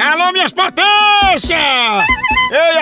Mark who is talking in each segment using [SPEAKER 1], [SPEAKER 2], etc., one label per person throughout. [SPEAKER 1] Atenção, minhas potências! Ei,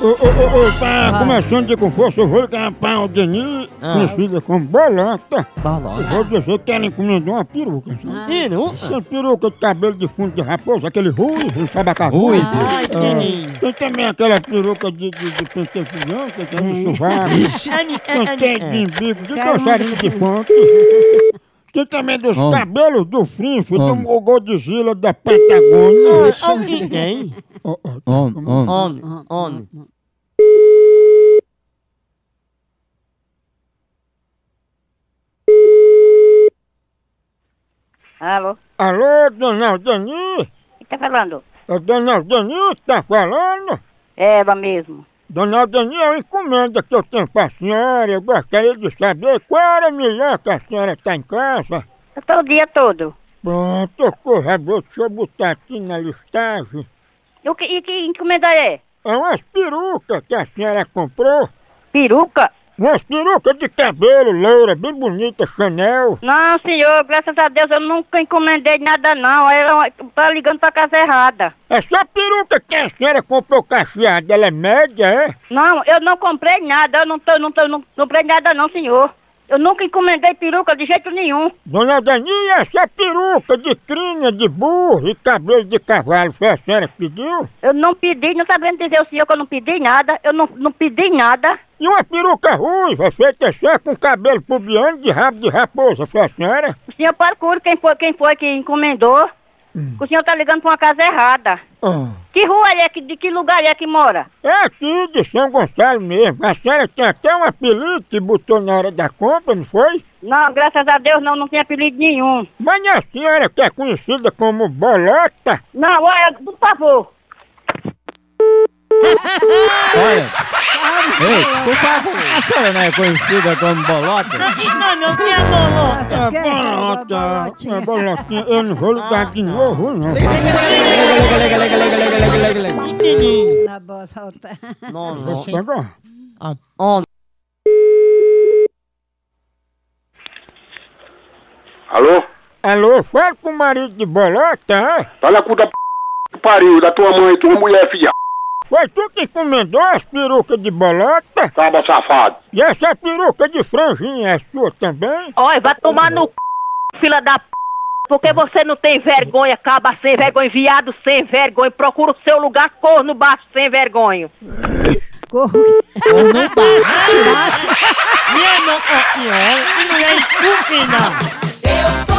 [SPEAKER 1] Ô, ô, ô, ô, tá
[SPEAKER 2] Ah.
[SPEAKER 1] começando de com força, eu vou ligar pra o Denis, conhecida como Bolota. Eu
[SPEAKER 3] Balota.
[SPEAKER 1] vou dizer que ela encomendou uma peruca. sabe?
[SPEAKER 2] Ah.
[SPEAKER 4] Ih, não.
[SPEAKER 1] Essa peruca de cabelo de fundo de raposa, aquele ruim, o sabacacu.
[SPEAKER 2] Ai,
[SPEAKER 1] É, tem também aquela peruca de, de, de pentecilhão, que é tem no
[SPEAKER 2] Hum.
[SPEAKER 1] sovaco. Tem
[SPEAKER 2] É.
[SPEAKER 1] de embigo, de
[SPEAKER 2] Quero
[SPEAKER 1] calçarinho de funk. Tem também dos
[SPEAKER 3] Homem.
[SPEAKER 1] cabelos do frinfo, do
[SPEAKER 3] Homem.
[SPEAKER 1] Godzilla da Patagônia.
[SPEAKER 4] Alguém tem?
[SPEAKER 1] Ó, ó,
[SPEAKER 3] Homem, homem.
[SPEAKER 4] On, on.
[SPEAKER 5] Alô?
[SPEAKER 1] Alô, Dona Denis?
[SPEAKER 5] Quem tá falando?
[SPEAKER 1] É Dona Denis que tá falando?
[SPEAKER 5] Eva mesmo.
[SPEAKER 1] Dona Daniel, é uma encomenda que eu tenho para a senhora, eu gostaria de saber qual era a melhor que a senhora está em casa.
[SPEAKER 5] Eu tô o dia todo.
[SPEAKER 1] Pronto, corra, deixa eu botar aqui na listagem.
[SPEAKER 5] E, o que, e que encomenda é?
[SPEAKER 1] É umas perucas que a senhora comprou.
[SPEAKER 5] Peruca?
[SPEAKER 1] Umas perucas de cabelo, loura, bem bonita, Chanel.
[SPEAKER 5] Não, senhor, graças a Deus eu nunca encomendei nada não. Aí Eu tá ligando pra casa errada.
[SPEAKER 1] É só peruca que a senhora comprou cacheada, ela é média, é?
[SPEAKER 5] Não, eu não comprei nada. Eu não tô, não tô, não comprei nada não, senhor. Eu nunca encomendei peruca de jeito nenhum.
[SPEAKER 1] Dona Daniel, essa é peruca de crina, de burro e cabelo de cavalo, foi a senhora que pediu?
[SPEAKER 5] Eu não pedi, não sabendo dizer ao senhor que eu não pedi nada. Eu não, não pedi nada.
[SPEAKER 1] E uma peruca ruiva, feita só com cabelo pubiano de rabo de raposa, foi a senhora?
[SPEAKER 5] O senhor procura quem foi, quem foi que encomendou. O senhor tá ligando pra uma casa errada.
[SPEAKER 1] Ah.
[SPEAKER 5] Que rua é? que- De que lugar é que mora?
[SPEAKER 1] É aqui de São Gonçalo mesmo. A senhora tem até um apelido que botou na hora da compra, não foi?
[SPEAKER 5] Não, graças a Deus não, não tem apelido nenhum.
[SPEAKER 1] Mas não é a senhora que é conhecida como Bolota?
[SPEAKER 5] Não, olha, por favor.
[SPEAKER 3] Olha. Ei, por favor. A senhora não é conhecida como bolota?
[SPEAKER 4] Não, não tem a bolota.
[SPEAKER 1] É
[SPEAKER 2] tá? Quer
[SPEAKER 1] Bolota.
[SPEAKER 2] bolotinha?
[SPEAKER 1] É Bolotinha. Eu não vou ligar de novo, não. Tá
[SPEAKER 4] Entendi.
[SPEAKER 2] Na bolota.
[SPEAKER 4] Non, non.
[SPEAKER 3] Você-
[SPEAKER 1] Agora,
[SPEAKER 4] On.
[SPEAKER 6] Alô?
[SPEAKER 1] Alô, fala com o marido de Bolota, é?
[SPEAKER 6] Fala com o da p... que pariu, da tua mãe, tua mulher, filha.
[SPEAKER 1] Foi tu que encomendou as perucas de Bolota?
[SPEAKER 6] Caba safado.
[SPEAKER 1] E essa peruca de franjinha é sua também?
[SPEAKER 5] Olha, vai tomar no c... fila da p... Porque você não tem vergonha, caba sem vergonha, viado sem vergonha. Procura o seu lugar, corno baixo sem vergonha.
[SPEAKER 2] Corro.
[SPEAKER 3] Ou não tá.
[SPEAKER 4] Minha nossa senhora, que mulher estúpida.
[SPEAKER 7] Eu tô